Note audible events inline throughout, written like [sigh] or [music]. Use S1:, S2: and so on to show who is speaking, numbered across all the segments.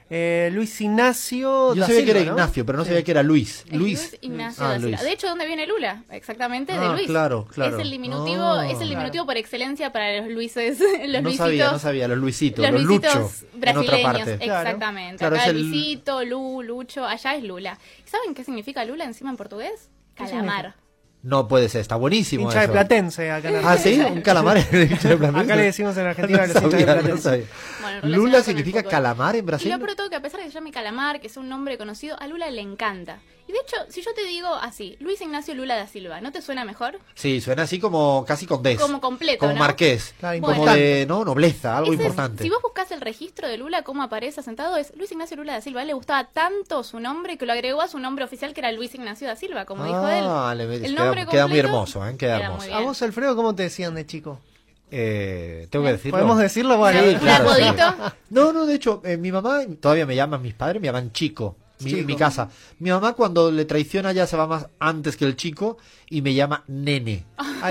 S1: Eh, Luis Ignacio.
S2: Yo
S1: da
S2: sabía que
S1: Silva,
S2: era
S1: Oh, ¿no?
S2: Ignacio, pero no sabía que era Luis.
S3: Es
S2: Luis.
S3: Ignacio
S2: Ah,
S3: da Silva.
S2: Luis.
S3: De hecho, ¿dónde viene Lula? Exactamente,
S2: Ah,
S3: de Luis.
S2: claro, claro.
S3: Es el diminutivo,
S2: Ah.
S3: es el diminutivo por excelencia para los Luises, [laughs]
S2: no
S3: los Luisitos.
S2: sabía, no sabía. Los Luisitos,
S3: Los
S2: los,
S3: Luisitos
S2: Lucho. En otra
S3: brasileños,
S2: parte.
S1: Claro.
S3: exactamente.
S2: Claro,
S3: Acá
S2: es
S3: es
S2: el-
S3: Luisito, Lu, Lucho, allá es Lula. ¿Y saben qué significa Lula encima en portugués?
S1: ¿Qué
S3: Calamar.
S2: No puede ser, está buenísimo
S1: Hincha de
S2: eso.
S1: platense acá en
S2: Ah, sí,
S1: Argentina.
S2: un calamar en hincha de platense.
S1: Acá le decimos en Argentina
S2: No
S1: a los hinchas de
S2: sabía, no
S1: Platense.
S2: sabía.
S3: Bueno, relacionado con
S2: Lula
S3: el
S2: significa
S3: fútbol.
S2: calamar en
S3: Y
S2: Brasil.
S3: lo peor de todo que a pesar de que se llame Calamar, que es un nombre conocido, a Lula le encanta. Y de hecho, si yo te digo así, Luis Ignacio Lula da Silva, ¿no te suena mejor?
S2: Sí, suena así como casi condés.
S3: Como completo,
S2: Como
S3: ¿no?
S2: marqués.
S1: Claro,
S2: como
S1: importante.
S2: de ¿no? nobleza, algo
S3: Ese es-
S2: importante.
S3: si vos buscas el registro de Lula, cómo aparece sentado, es Luis Ignacio Lula da Silva. A él le gustaba tanto su nombre que lo agregó a su nombre oficial, que era Luis Ignacio da Silva, como dijo
S2: Ah,
S3: él.
S2: le-
S3: El
S2: queda-
S3: nombre
S2: queda muy
S3: completo
S2: hermoso, ¿eh? Queda hermoso.
S3: muy
S1: ¿A
S3: bien.
S1: vos, Alfredo, cómo te decían de chico?
S2: Eh, Tengo que decirlo.
S1: ¿Podemos decirlo? Bueno,
S2: Sí,
S3: ¿Un
S2: claro, sí.
S3: apodito?
S2: No, no, de hecho, eh, mi mamá, todavía me llaman mis padres, me llaman chico. Mi,
S1: Chico.
S2: mi casa. Mi mamá cuando le traiciona ya se va más antes que el chico y me llama nene.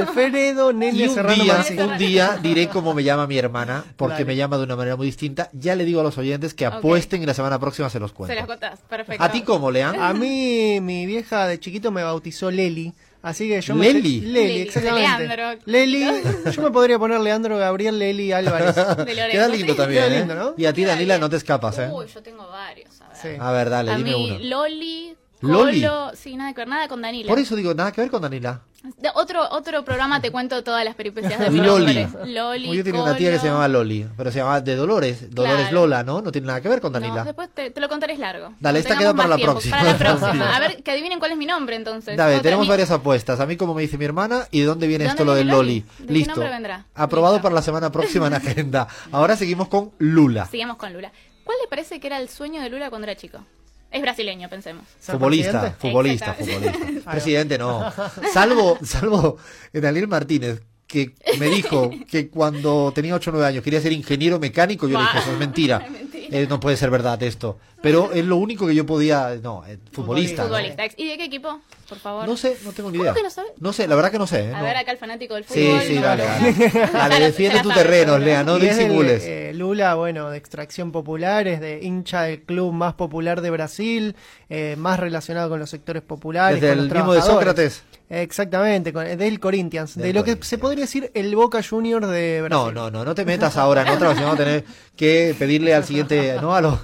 S1: Alfredo,
S2: Y
S1: Nene,
S2: un
S1: Serrano
S2: día,
S1: Mancini.
S2: un día diré cómo me llama mi hermana, porque
S1: Dale.
S2: me llama de una manera muy distinta. Ya le digo a los oyentes que
S3: Ok.
S2: apuesten y la semana próxima se los cuento.
S3: Se las contás, perfecto.
S2: ¿A ti cómo, Lean?
S1: A mí, mi vieja de chiquito me bautizó Leli. Así que yo
S2: ¿Leli?
S1: me.
S3: Leli,
S1: Leli, exactamente.
S3: Leandro.
S1: Leli. Yo me podría poner Leandro Gabriel Leli Álvarez.
S3: De Lorenzo,
S2: Queda lindo
S3: sí.
S2: también,
S1: Queda
S2: ¿eh?
S1: lindo, ¿no?
S2: Y a ti,
S3: Queda
S2: Danila,
S3: bien.
S2: no te escapas, ¿eh?
S3: Uy, yo tengo varios, a ver.
S1: Sí.
S2: A ver, dale,
S3: a
S2: dime
S3: mí,
S2: uno.
S3: Loli,
S2: ¿Loli?
S3: Colo, sí, nada que ver, nada con Danilo.
S2: Por eso digo, nada que ver con Danila.
S3: De- otro, otro programa te cuento todas las peripecias de
S2: Loli.
S3: Loli.
S2: Yo tenía una tía que se
S3: Colo.
S2: llamaba Loli, pero se llamaba de Dolores, Dolores
S3: Claro.
S2: Lola, ¿no? No tiene nada que ver con Danila.
S3: No, después te, te lo contaré es largo.
S2: Dale,
S3: No
S2: esta queda
S3: tengamos
S2: para
S3: más
S2: la
S3: tiempo.
S2: próxima.
S3: Para la
S2: [laughs]
S3: próxima. A ver, que adivinen cuál es mi nombre entonces.
S2: Dale,
S3: ¿Cómo
S2: tenemos
S3: termina?
S2: varias apuestas. A mí, como me dice mi hermana, ¿y de dónde viene
S3: ¿De
S2: esto
S3: dónde
S2: lo del
S3: viene
S2: Loli?
S3: Loli? ¿De qué
S2: Listo.
S3: nombre vendrá?
S2: Aprobado
S3: Listo.
S2: para la semana próxima
S3: [laughs]
S2: en agenda. Ahora seguimos con Lula.
S3: Sigamos con Lula. ¿Cuál le parece que era el sueño de Lula cuando era chico? Es brasileño, pensemos.
S1: ¿Ser
S2: Futbolista,
S1: presidente?
S3: [laughs]
S2: futbolista,
S3: Exactamente.
S2: futbolista. Presidente, no. Salvo, salvo Daniel Martínez, que me dijo que cuando tenía 8 o 9 años quería ser ingeniero mecánico, yo le dije,
S3: Wow.
S2: eso es
S3: [laughs]
S2: mentira.
S3: Mentira.
S2: Eh, no puede ser verdad esto. Pero es lo único que yo podía... No, eh, futbolista. ¿no?
S3: Futbolista. ¿Y de qué equipo? Por favor.
S2: No sé, no tengo ni
S3: ¿Cómo
S2: idea.
S3: que no sabes?
S2: sé, la verdad que no sé. eh,
S3: A
S2: no.
S3: ver, acá el fanático del
S2: Sí,
S3: fútbol.
S2: sí,
S3: no
S2: dale,
S3: lo-
S2: dale.
S3: [laughs]
S2: Dale,
S3: Se la-
S2: defiende
S3: se la
S2: tu
S3: sabe,
S2: terreno,
S3: seguro.
S2: Lea, no
S1: Y es del,
S2: disimules.
S1: eh, Lula, bueno, de extracción popular, es de hincha del club más popular de Brasil, eh, más relacionado con los sectores populares.
S2: Desde
S1: con los
S2: el mismo de
S1: trabajadores.
S2: Sócrates.
S1: Exactamente, con- del Corinthians,
S2: Del
S1: de lo que
S2: Corinthians.
S1: se podría decir el Boca Juniors de Brasil.
S2: No, no, no, no te metas ahora en otra, porque si no vamos a tener que pedirle al siguiente, no, a los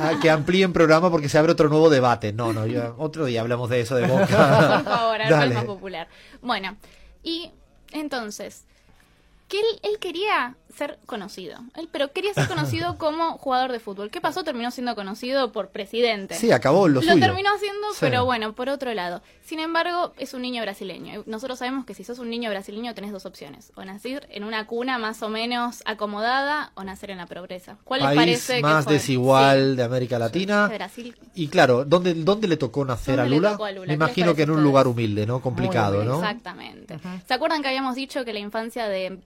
S2: a que amplíen programa porque se abre otro nuevo debate. No, no, ya, otro día hablamos de eso de boca.
S3: [laughs] Por
S2: [laughs]
S3: favor, algo
S2: Dale.
S3: más popular. Bueno, y entonces, que él, él quería ser conocido. Él, pero quería ser
S2: [laughs]
S3: conocido como jugador de fútbol. ¿Qué pasó? Terminó siendo conocido por presidente.
S2: Sí, acabó lo,
S3: Lo
S2: suyo.
S3: terminó haciendo,
S2: Sí.
S3: pero bueno, por otro lado. Sin embargo, es un niño brasileño. Nosotros sabemos que si sos un niño brasileño tenés dos opciones. O nacer en una cuna más o menos acomodada o nacer en la pobreza. ¿Cuál les
S2: País
S3: parece
S2: más
S3: que fue?
S2: desigual
S3: Sí,
S2: de América Latina.
S3: de Brasil.
S2: Y claro, ¿dónde, ¿dónde le tocó nacer a
S3: ¿Dónde le
S2: Lula?
S3: tocó a Lula?
S2: Me
S3: ¿Qué
S2: imagino
S3: les
S2: que en un
S3: parece a
S2: lugar
S3: ustedes?
S2: humilde, ¿no? Complicado, ¿no?
S3: Exactamente. ¿Se acuerdan que habíamos dicho que la infancia de,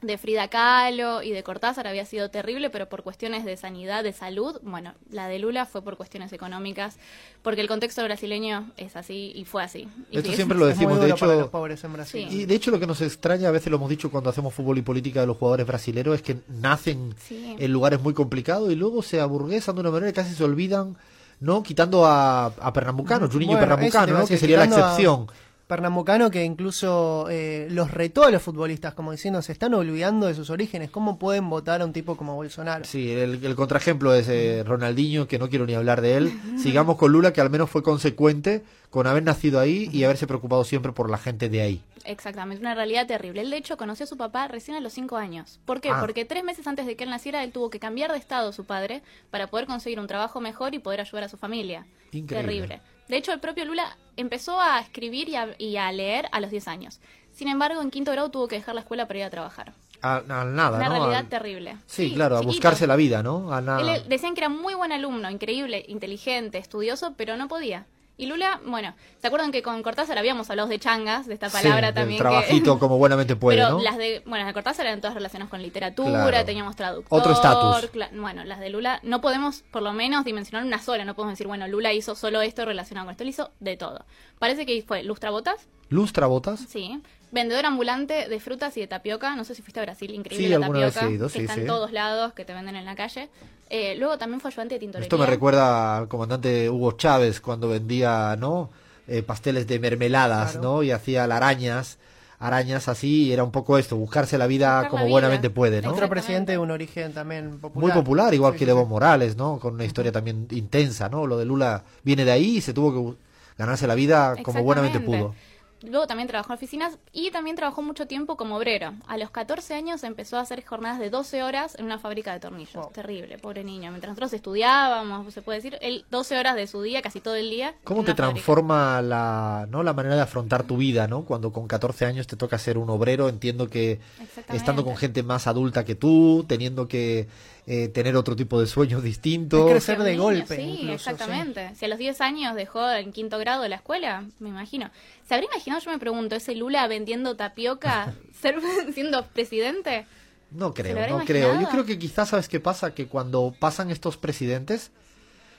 S3: de Frida Kahlo y de Cortázar había sido terrible, pero por cuestiones de sanidad, de salud? Bueno, la de Lula fue por cuestiones económicas, porque el contexto brasileño es así y fue así. Y
S2: Esto
S3: sí,
S2: siempre lo
S1: Es muy
S2: decimos, de
S1: duro para los
S2: hecho,
S1: pobres en Brasil.
S3: Sí.
S2: Y de hecho lo que nos extraña, a veces lo hemos dicho cuando hacemos fútbol y política de los jugadores brasileros, es que nacen
S3: Sí.
S2: en lugares muy complicados y luego se aburguesan de una manera que casi se olvidan, ¿no? Quitando a, a Pernambucano, Juninho
S1: Bueno, eso te
S2: Pernambucano,
S1: iba a
S2: ¿no? Que
S1: decir,
S2: sería la
S1: quitando a
S2: excepción.
S1: Pernambucano que incluso eh, los retó a los futbolistas, como diciendo, se están olvidando de sus orígenes, ¿cómo pueden votar a un tipo como Bolsonaro?
S2: Sí, el, el contraejemplo es eh, Ronaldinho, que no quiero ni hablar de él. Sigamos con Lula, que al menos fue consecuente con haber nacido ahí y haberse preocupado siempre por la gente de ahí.
S3: Exactamente, una realidad terrible. Él, de hecho, conoció a su papá recién a los cinco años. ¿Por qué?
S2: Ah.
S3: Porque tres meses antes de que él naciera, él tuvo que cambiar de estado su padre para poder conseguir un trabajo mejor y poder ayudar a su familia.
S2: Increíble.
S3: Terrible. De hecho, el propio Lula empezó a escribir y a, y a leer a los 10 años. Sin embargo, en quinto grado tuvo que dejar la escuela para ir a trabajar.
S2: A, a nada,
S3: Una
S2: Ah, ¿no?
S3: realidad
S2: Al-
S3: terrible.
S2: Sí, claro, a
S3: chiquito.
S2: buscarse la vida, ¿no? A
S3: Él-
S2: nada.
S3: él- decían que era muy buen alumno, increíble, inteligente, estudioso, pero no podía. Y Lula, bueno, ¿se acuerdan que con Cortázar habíamos hablado de changas, de esta palabra
S2: sí, del
S3: también? que-
S2: trabajito como buenamente puede,
S3: [laughs] pero
S2: ¿no?
S3: las de, bueno, las de Cortázar eran todas relacionadas con literatura,
S2: Claro.
S3: teníamos traductor.
S2: Otro estatus.
S3: cla- Bueno, las de Lula no podemos, por lo menos, dimensionar una sola. No podemos decir, bueno, Lula hizo solo esto relacionado con esto. Él hizo de todo. Parece que fue lustrabotas,
S2: Lustra botas.
S3: sí. Vendedor ambulante de frutas y de tapioca. No sé si fuiste a Brasil, increíble
S2: Sí,
S3: la
S2: alguna vez
S3: tapioca.
S2: he ido,
S3: que
S2: sí,
S3: está
S2: sí.
S3: en todos lados, que te venden en la calle. Eh, luego también fue ayudante de tintorería.
S2: Esto me recuerda al comandante Hugo Chávez cuando vendía, ¿no? Eh, pasteles de mermeladas,
S1: Claro.
S2: ¿no? Y hacía arañas, arañas así, y era un poco esto, buscarse la vida
S3: Buscar la
S2: como
S3: vida.
S2: buenamente puede, ¿no?
S1: Otro
S3: Exactamente.
S1: presidente de un origen también popular.
S2: Muy popular, igual
S1: Sí,
S2: que
S1: sí,
S2: Evo
S1: sí.
S2: Morales, ¿no? Con una historia también intensa, ¿no? Lo de Lula viene de ahí y se tuvo que bu- ganarse la vida como buenamente pudo.
S3: Exactamente. Luego también trabajó en oficinas y también trabajó mucho tiempo como obrero. A los 14 años empezó a hacer jornadas de 12 horas en una fábrica de tornillos.
S1: Wow.
S3: Terrible, pobre niño. Mientras nosotros estudiábamos, se puede decir, él 12 horas de su día, casi todo el día.
S2: ¿Cómo
S3: en
S2: te
S3: una fábrica.
S2: transforma la, ¿no? la manera de afrontar tu vida, ¿no? Cuando con 14 años te toca ser un obrero, entiendo que
S3: Exactamente.
S2: estando con gente más adulta que tú, teniendo que eh, tener otro tipo de sueños distintos.
S1: Es crecer
S3: Ser
S1: de
S3: niño,
S1: golpe
S3: Sí,
S1: incluso,
S3: exactamente. Si a los 10 años dejó en quinto grado la escuela, me imagino. ¿Se habría imaginado, yo me pregunto, ese Lula vendiendo tapioca ser- siendo presidente?
S2: No creo,
S3: habrá
S2: no creo. Yo
S3: imaginado?
S2: creo que quizás, ¿sabes qué pasa? Que cuando pasan estos presidentes,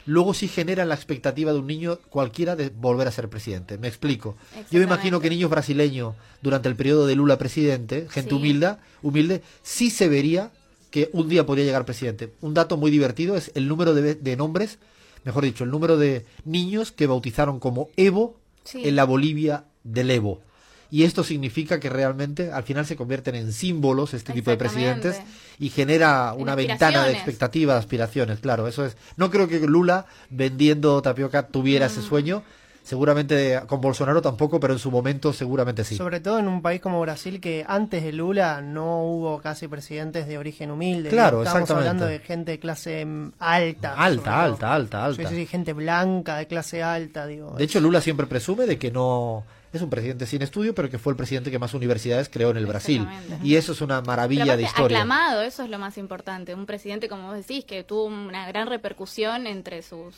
S2: luego sí generan la expectativa de un niño cualquiera de volver a ser presidente. Me explico. Yo me imagino que
S3: Exactamente.
S2: niños brasileños, durante el periodo de Lula presidente, gente
S3: Sí.
S2: humilde, humilde, sí se vería que un día podría llegar presidente. Un dato muy divertido es el número de, ve- de nombres, mejor dicho, el número de niños que bautizaron como Evo
S3: Sí.
S2: en la Bolivia del Evo. Y esto significa que realmente al final se convierten en símbolos este tipo de
S3: Exactamente.
S2: presidentes y genera
S3: En
S2: una ventana de
S3: aspiraciones.
S2: expectativa, de aspiraciones, claro, eso es. No creo que Lula vendiendo tapioca tuviera
S3: Mm.
S2: ese sueño, seguramente con Bolsonaro tampoco, pero en su momento seguramente sí.
S1: Sobre todo en un país como Brasil que antes de Lula no hubo casi presidentes de origen humilde.
S2: Claro,
S1: Estamos
S2: exactamente.
S1: hablando de gente de clase mm, alta. sobre todo.
S2: Alta, alta, alta,
S1: Sí,
S2: alta.
S1: sí, sí, gente blanca, de clase alta, digo.
S2: De hecho, Lula siempre presume de que no es un presidente sin estudio, pero que fue el presidente que más universidades creó en el Brasil.
S3: Exactamente.
S2: Y eso es una maravilla
S3: Pero aparte,
S2: de historia.
S3: aclamado, eso es lo más importante. Un presidente, como vos decís, que tuvo una gran repercusión [laughs] entre sus,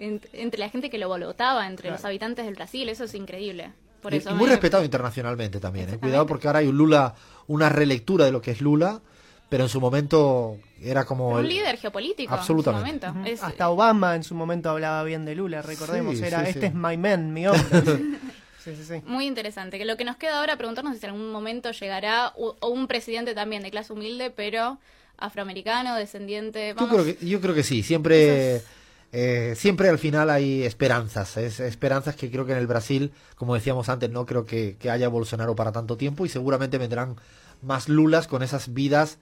S3: ent- entre la gente que lo votaba, entre los habitantes del Brasil, eso es increíble. Por
S2: y,
S3: eso
S2: y muy
S3: me-
S2: respetado internacionalmente también. eh.
S3: Exactamente.
S2: Cuidado porque ahora hay un Lula, una relectura de lo que es Lula, pero en su momento era como...
S3: Un
S2: el-
S3: líder geopolítico.
S2: Absolutamente.
S3: En su momento.
S1: Ujú.
S3: Es-
S1: Hasta Obama en su momento hablaba bien de Lula, recordemos.
S2: Sí,
S1: Era,
S2: sí,
S1: este
S2: sí.
S1: es my man,
S2: [laughs]
S1: mi hombre. sí, sí, sí.
S3: Muy interesante. Que lo que nos queda ahora preguntarnos es si en algún momento llegará u- o un presidente también de clase humilde, pero afroamericano, descendiente.
S2: Yo
S3: Vamos,
S2: creo, que, yo creo que sí, siempre, eh, siempre al final hay esperanzas, es- esperanzas que creo que en el Brasil, como decíamos antes, no creo que, que haya Bolsonaro para tanto tiempo y seguramente vendrán más lulas con esas vidas,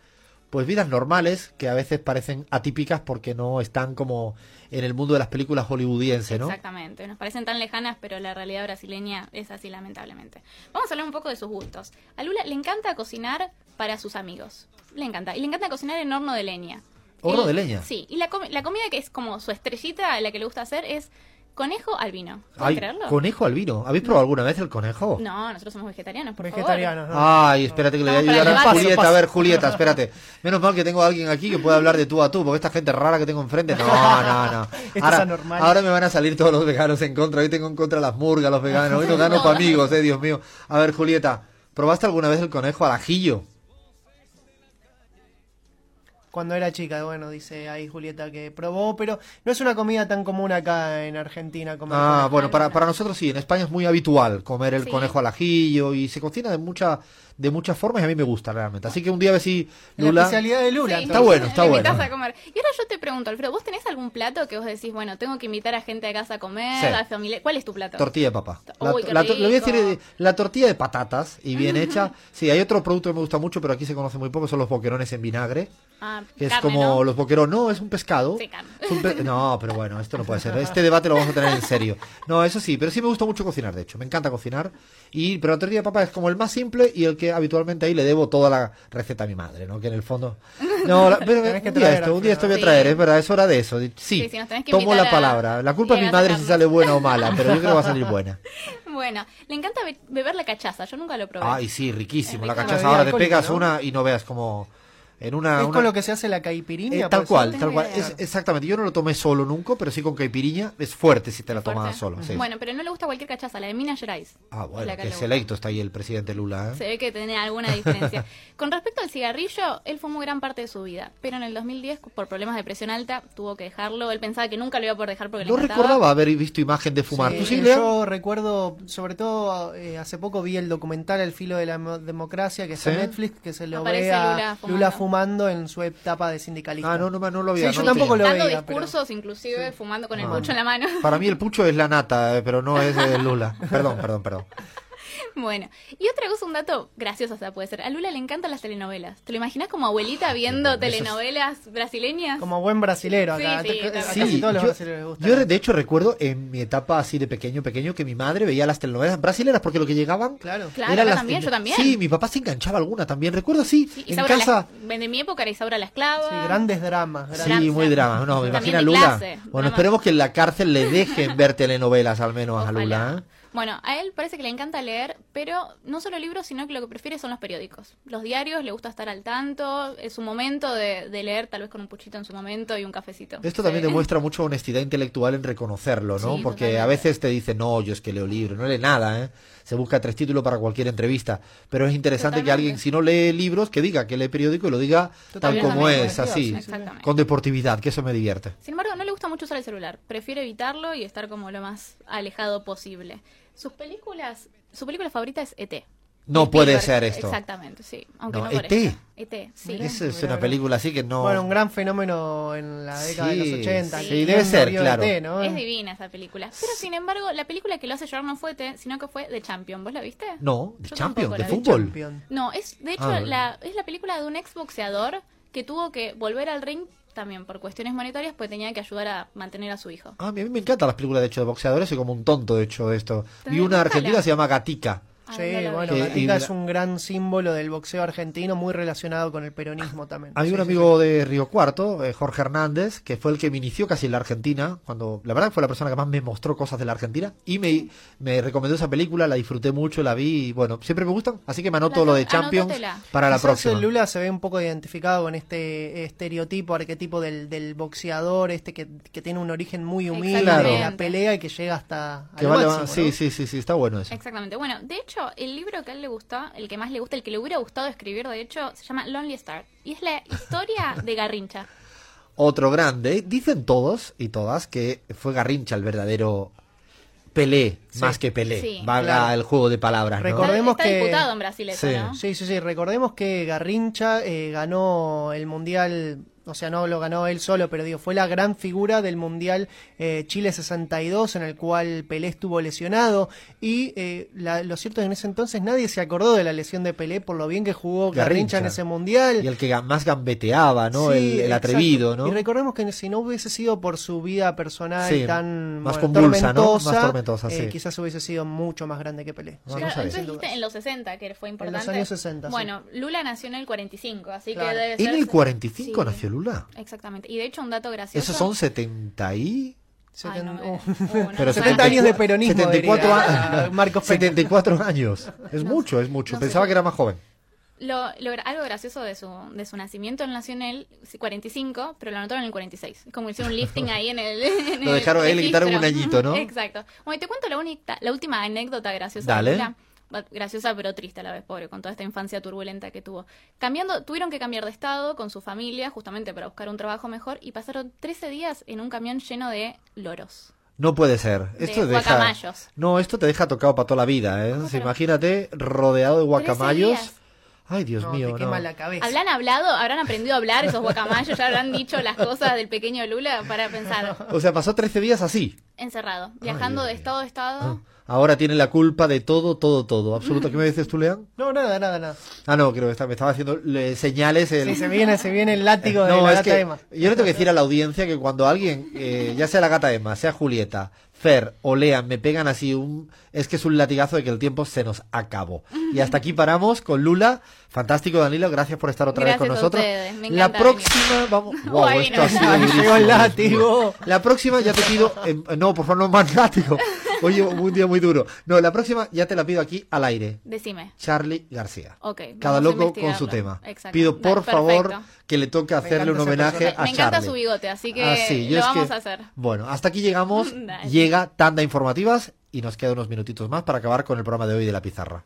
S2: pues vidas normales que a veces parecen atípicas porque no están como en el mundo de las películas hollywoodiense, ¿no?
S3: Exactamente, nos parecen tan lejanas, pero la realidad brasileña es así lamentablemente. Vamos a hablar un poco de sus gustos. A Lula le encanta cocinar para sus amigos. Le encanta. Y le encanta cocinar en horno de leña.
S2: ¿Horno
S3: Y-
S2: de leña?
S3: Sí, y la, comi- la comida que es como su estrellita, la que le gusta hacer, es conejo al vino. ¿Pueden
S2: Ay,
S3: creerlo?
S2: conejo al vino. ¿Habéis probado alguna vez el conejo?
S3: No, nosotros somos vegetarianos, por favor.
S1: Vegetarianos, ¿no?
S2: Ay, espérate que le voy a
S3: Vamos para
S2: ayudar
S3: el
S2: a
S3: debate.
S2: Julieta.
S1: Paso,
S2: A ver,
S1: paso.
S2: Julieta, espérate. Menos mal que tengo a alguien aquí que pueda hablar de tú a tú, porque esta gente rara que tengo enfrente. No, no,
S1: [laughs]
S2: no.
S1: es
S2: Ahora,
S1: anormal.
S2: ahora me van a salir todos los veganos en contra. Hoy tengo en contra las murgas, los veganos. Hoy no gano para amigos, eh, Dios mío. A ver, Julieta, ¿probaste alguna vez el conejo al ajillo?
S1: Cuando era chica, bueno, dice ahí Julieta que probó, pero no es una comida tan común acá en Argentina como
S2: Ah, bueno, para,
S3: alguna.
S2: para nosotros sí, en España es muy habitual comer el
S3: Sí.
S2: conejo al ajillo y se cocina de, mucha, de muchas formas y a mí me gusta realmente. Así que un día a ver si
S1: la
S2: Lula...
S1: especialidad de Lula.
S3: Sí.
S2: Está bueno, está
S3: Me
S2: bueno.
S3: invitas a comer. Y ahora yo te pregunto, Alfredo, ¿vos tenés algún plato que vos decís, bueno, tengo que invitar a gente a casa a comer,
S2: Sí.
S3: a familia? ¿Cuál es tu plato?
S2: Tortilla de papa. La,
S3: Uy, qué
S2: la- le voy a decir,
S3: rico.
S2: eh, la tortilla de patatas y
S3: [laughs]
S2: bien hecha. Sí, hay otro producto que me gusta mucho, pero aquí se conoce muy poco, son los boquerones en vinagre.
S3: Ah,
S2: Que es
S3: carne,
S2: como
S3: ¿no?
S2: los boquerones. No, es un pescado.
S3: Sí, carne.
S2: Es un
S3: [laughs]
S2: pe- No, pero bueno, esto no puede ser. Este debate lo vamos a tener en serio. No, eso sí, pero sí me gusta mucho cocinar, de hecho. Me encanta cocinar. Y, pero la tortilla de papa es como el más simple y el que habitualmente ahí le debo toda la receta a mi madre, ¿no? Que en el fondo. No, la- pero
S1: [laughs] Tenés que
S2: un día
S1: traer,
S2: esto, un día esto voy a
S3: Sí.
S2: traer, es verdad, es hora de eso. Sí,
S3: Sí, sí, nos tenés que
S2: tomo
S3: invitar
S2: la
S3: a-
S2: palabra. La culpa es mi
S3: llegas a
S2: madre si
S3: Carlos.
S2: sale buena o mala, pero yo creo que va a salir
S3: [laughs]
S2: buena.
S3: Bueno, le encanta be- beber la cachaza, yo nunca lo probé.
S2: Ay, sí, riquísimo.
S3: Es
S2: La
S3: rico.
S2: cachaza
S1: Una
S2: ahora
S1: bebida
S2: te pegas
S1: alcohólica,
S2: una y no veas como en una.
S1: Es
S2: una-
S1: con lo que se hace la caipirinha.
S2: Eh,
S1: puede
S2: tal
S1: ser.
S2: cual,
S3: No
S2: tal
S3: tengo
S2: cual.
S3: idea.
S2: Es- exactamente. Yo no lo tomé solo nunca, pero sí con caipiriña es fuerte si te la tomas
S3: Fuerte.
S2: solo. sí.
S3: Bueno, pero no le gusta cualquier cachaza, la de Minas Gerais.
S2: ah,
S3: Es
S2: bueno,
S3: la que
S2: que
S3: le gusta.
S2: selecto está ahí el presidente Lula. ¿eh?
S3: Se ve que tiene alguna diferencia.
S2: [laughs]
S3: Con respecto al cigarrillo, él fumó gran parte de su vida, pero en el 2010, por problemas de presión alta, tuvo que dejarlo. Él pensaba que nunca lo iba a poder dejar porque
S2: No
S3: le encantaba.
S2: recordaba haber visto imagen de fumar.
S1: Sí,
S2: ¿Tú sí, Lea?
S1: yo recuerdo, sobre todo eh, hace poco vi el documental El filo de la mo- democracia que está
S2: Sí.
S1: en Netflix, que se lo
S3: Aparece
S1: ve a
S3: Lula
S1: Lula
S3: fumando.
S1: fumando. en su etapa de sindicalista.
S2: Ah, no, no, me- no lo había.
S1: Sí, yo
S2: no
S1: tampoco
S2: tenía.
S1: lo
S3: Dando
S1: veía, pero-
S3: discursos, inclusive fumando con el
S2: Ah.
S3: pucho en la mano.
S2: Para mí el pucho es la nata, eh, pero no es eh, Lula. Perdón, perdón, perdón.
S3: [laughs] Bueno, y otra cosa, un dato gracioso hasta puede ser. A Lula le encantan las telenovelas. ¿Te lo imaginas como abuelita viendo
S2: Ah, bueno, eso es-
S3: telenovelas brasileñas?
S1: Como buen brasilero acá.
S3: Sí, sí,
S1: Te- a
S3: también.
S1: casi
S2: Sí,
S1: todos los
S2: yo,
S1: brasileños les gusta.
S2: yo de hecho recuerdo en mi etapa así de pequeño, pequeño, que mi madre veía las telenovelas brasileras porque lo que llegaban
S1: Claro.
S3: Claro,
S2: eran
S3: yo
S2: las-
S3: también, yo también.
S2: Sí, mi papá se enganchaba alguna también, recuerdo sí,
S3: Sí,
S2: en
S3: Isaura la-
S2: casa.
S3: de mi época era Isaura la esclava.
S1: Sí, grandes dramas. grandes-
S3: Drama.
S2: Sí, muy drama. No, me
S3: También
S2: imagino a
S3: de
S2: Lula.
S3: clase,
S2: bueno,
S3: drama.
S2: esperemos que en la cárcel le dejen ver telenovelas al menos a
S3: Ojalá.
S2: Lula. ¿eh?
S3: Bueno, a él parece que le encanta leer, pero no solo libros, sino que lo que prefiere son los periódicos. Los diarios, le gusta estar al tanto, es su momento de, de leer, tal vez con un puchito en su momento y un cafecito.
S2: Esto también
S3: Sí. [laughs]
S2: demuestra mucha honestidad intelectual en reconocerlo, ¿no?
S3: Sí,
S2: Porque
S3: totalmente.
S2: a veces te dicen, no, yo es que leo libros, no lee nada, ¿eh? Se busca tres títulos para cualquier entrevista. Pero es interesante que
S3: Totalmente.
S2: alguien, si no lee libros, que diga que lee periódico y lo diga tal
S1: Totalmente.
S2: como es,
S1: Sí,
S2: así.
S1: sí, sí.
S3: Exactamente.
S2: Con deportividad, que eso me divierte.
S3: Sin embargo, no le gusta mucho usar el celular. Prefiere evitarlo y estar como lo más alejado posible. Sus películas, su película favorita es E ET.
S2: No
S3: Spielberg,
S2: puede ser esto.
S3: Exactamente, sí. Aunque
S2: No, E
S3: no,
S2: ET.
S3: parezca. ET, sí.
S2: Eso es una película así que no...
S1: Bueno, un gran fenómeno en la década de
S2: Sí,
S1: los 80.
S2: sí,
S1: ¿Quién
S2: debe
S1: no
S2: ser,
S1: vio
S2: claro.
S1: ET, ¿no?
S3: Es divina esa película. Pero sin embargo, la película que lo hace llorar no fue ET, sino que fue The Champion. ¿Vos la viste?
S2: No, de
S3: Yo
S2: Champion,
S3: tampoco
S2: de
S3: la vi.
S2: fútbol.
S1: Campeón.
S3: No, es de hecho
S2: Ah.
S3: la, es la película de un exboxeador que tuvo que volver al ring también por cuestiones monetarias porque tenía que ayudar a mantener a su hijo.
S2: Ah, a mí me encantan las películas de hecho de boxeadores, soy como un tonto de hecho de esto. Vi
S3: También
S2: una
S3: búscala.
S2: argentina se llama Gatica.
S3: Ah,
S1: Sí,
S3: no la
S1: bueno,
S3: vi.
S2: Que- y
S1: Gatica es
S2: la-
S1: un gran símbolo del boxeo argentino, muy relacionado con el peronismo también.
S2: Hay
S1: Sí,
S2: un
S1: sí,
S2: amigo de Río Cuarto, eh, Jorge Hernández, que fue el que me inició casi en la Argentina, cuando la verdad que fue la persona que más me mostró cosas de la Argentina y me, me recomendó esa película, la disfruté mucho, la vi y bueno, siempre me gustan, así que me anoto
S3: La-
S2: lo de Champions
S3: anótatela.
S2: para la
S1: Quizás
S2: próxima.
S1: el Lula se ve un poco identificado con este estereotipo, arquetipo del, del boxeador, este que, que tiene un origen muy humilde,
S2: Claro.
S1: de la pelea y que llega hasta
S2: Que
S1: al
S2: vale- ah,
S1: máximo,
S2: sí,
S1: ¿no?
S2: sí, sí, sí, está bueno eso.
S3: Exactamente. Bueno, de hecho, el libro que a él le gusta, el que más le gusta, el que le hubiera gustado escribir, de hecho, se llama Lonely Star. Y es la historia de Garrincha.
S2: Otro grande, dicen todos y todas que fue Garrincha el verdadero Pelé, más que Pelé,
S3: Sí.
S2: valga
S1: Claro.
S2: el juego de palabras, ¿no?
S1: Recordé- Recordemos
S3: está
S1: que-
S3: disputado en Brasil eso,
S2: Sí.
S3: ¿no?
S1: Sí, sí, sí. Recordemos que Garrincha eh, ganó el Mundial, o sea, no lo ganó él solo, pero digo, fue la gran figura del Mundial eh, Chile 62, en el cual Pelé estuvo lesionado. Y eh, la- lo cierto es que en ese entonces nadie se acordó de la lesión de Pelé por lo bien que jugó Garrincha,
S2: Garrincha.
S1: en ese Mundial.
S2: Y el que ga- más gambeteaba, ¿no? el,
S1: Sí,
S2: el
S1: exacto.
S2: atrevido,
S1: Y
S2: ¿no?
S1: recordemos que si no hubiese sido por su vida personal
S2: Sí,
S1: tan
S2: más
S1: bueno,
S2: convulsa, ¿no? Más
S1: tormentosa,
S2: tormentosa,
S1: eh,
S2: sí.
S1: quizás hubiese sido mucho más grande que Pelé.
S2: Ah,
S1: Sí,
S2: no
S3: Claro,
S2: sabía.
S1: sin
S3: entonces dijiste
S1: dudas.
S3: en los 60, que fue importante.
S1: años 60, sí.
S3: Bueno, Lula nació en el 45, así
S1: Claro.
S3: que debe ser...
S2: En el 45
S3: Sí.
S2: nació Lula.
S3: Exactamente. Y de hecho, un dato gracioso...
S2: Esos son 70 y...
S3: Ay, Ah, no, me-
S1: Seten- [laughs] oh.
S3: oh,
S2: [laughs]
S3: no,
S2: Pero
S3: no,
S1: 70
S3: no.
S1: años de peronismo,
S2: 74,
S1: diría,
S2: años.
S1: [laughs] Marcos Peña.
S2: 74 años. Es mucho, es mucho.
S3: no
S2: Pensaba
S3: sé.
S2: que era más joven.
S3: Lo, lo gra- algo gracioso de su, de su nacimiento, él nació en el 45, pero lo anotaron en el 46. Es como hicieron un lifting ahí en el. [laughs] en
S2: Lo
S3: el
S2: dejaron ahí, le quitaron un
S3: registro.
S2: añito, ¿no?
S3: Exacto. Bueno, y te cuento la, única, la última anécdota graciosa.
S2: Dale.
S3: de Lula. Va- Graciosa pero triste a la vez, pobre, con toda esta infancia turbulenta que tuvo. Cambiando, tuvieron que cambiar de estado con su familia justamente para buscar un trabajo mejor y pasaron 13 días en un camión lleno de loros.
S2: No puede ser. Esto te deja...
S3: guacamayos.
S2: No, esto te deja tocado para toda la vida. ¿eh?
S3: pero-
S2: Imagínate rodeado de guacamayos.
S3: días.
S2: Ay, Dios
S1: No,
S2: mío.
S1: te
S2: no.
S1: quema la cabeza.
S3: ¿Habrán hablado? ¿Habrán aprendido a hablar esos guacamayos? ¿Ya habrán dicho las cosas del pequeño Lula para pensar?
S2: O sea, pasó 13 días así.
S3: Encerrado, viajando
S2: Dios mío.
S3: de
S2: Ah.
S3: estado a estado.
S2: Ahora tiene la culpa de todo, todo, todo. Absoluto. ¿Qué me dices tú, Lean?
S1: No, nada, nada, nada.
S2: Ah, no, creo que está- me estaba haciendo eh, señales. El...
S1: Sí, se viene, se viene el látigo de
S2: No,
S1: la
S2: es
S1: gata
S2: que
S1: Emma.
S2: yo le tengo que decir a la audiencia que cuando alguien, eh, ya sea la gata Emma, sea Julieta, Fer o Lean, me pegan así un... Es que es un latigazo de que el tiempo se nos acabó. Y hasta aquí paramos con Lula. Fantástico, Danilo. Gracias por estar otra vez
S3: Gracias
S2: con
S3: a
S2: nosotros.
S3: ustedes, me
S2: la
S3: encanta
S2: próxima... Vamos... Wow,
S3: Bueno.
S2: esto ha sido
S1: Ahí llegó
S2: durísimo,
S1: el
S2: Dios
S1: látigo.
S2: mío. La próxima ya te pido... eh, no, por favor, no [laughs] más látigo. Oye, un día muy duro. No, la próxima ya te la pido aquí al aire.
S3: Decime.
S2: Charlie García.
S3: Ok.
S2: Cada
S3: vamos a
S2: loco con
S3: investigarlo.
S2: su tema.
S3: Exacto.
S2: Pido por
S3: Da-
S2: favor
S3: perfecto.
S2: que le toque hacerle
S1: encanta
S2: un
S1: ese
S2: homenaje
S1: personaje.
S2: Eh, a
S3: Me encanta
S2: Charlie.
S3: su bigote, así que
S2: Ah, sí, yo
S3: lo
S2: es que-
S3: vamos a hacer.
S2: Bueno, hasta aquí llegamos.
S3: [laughs] Dale.
S2: Llega tanda informativas y nos quedan unos minutitos más para acabar con el programa de hoy de la pizarra.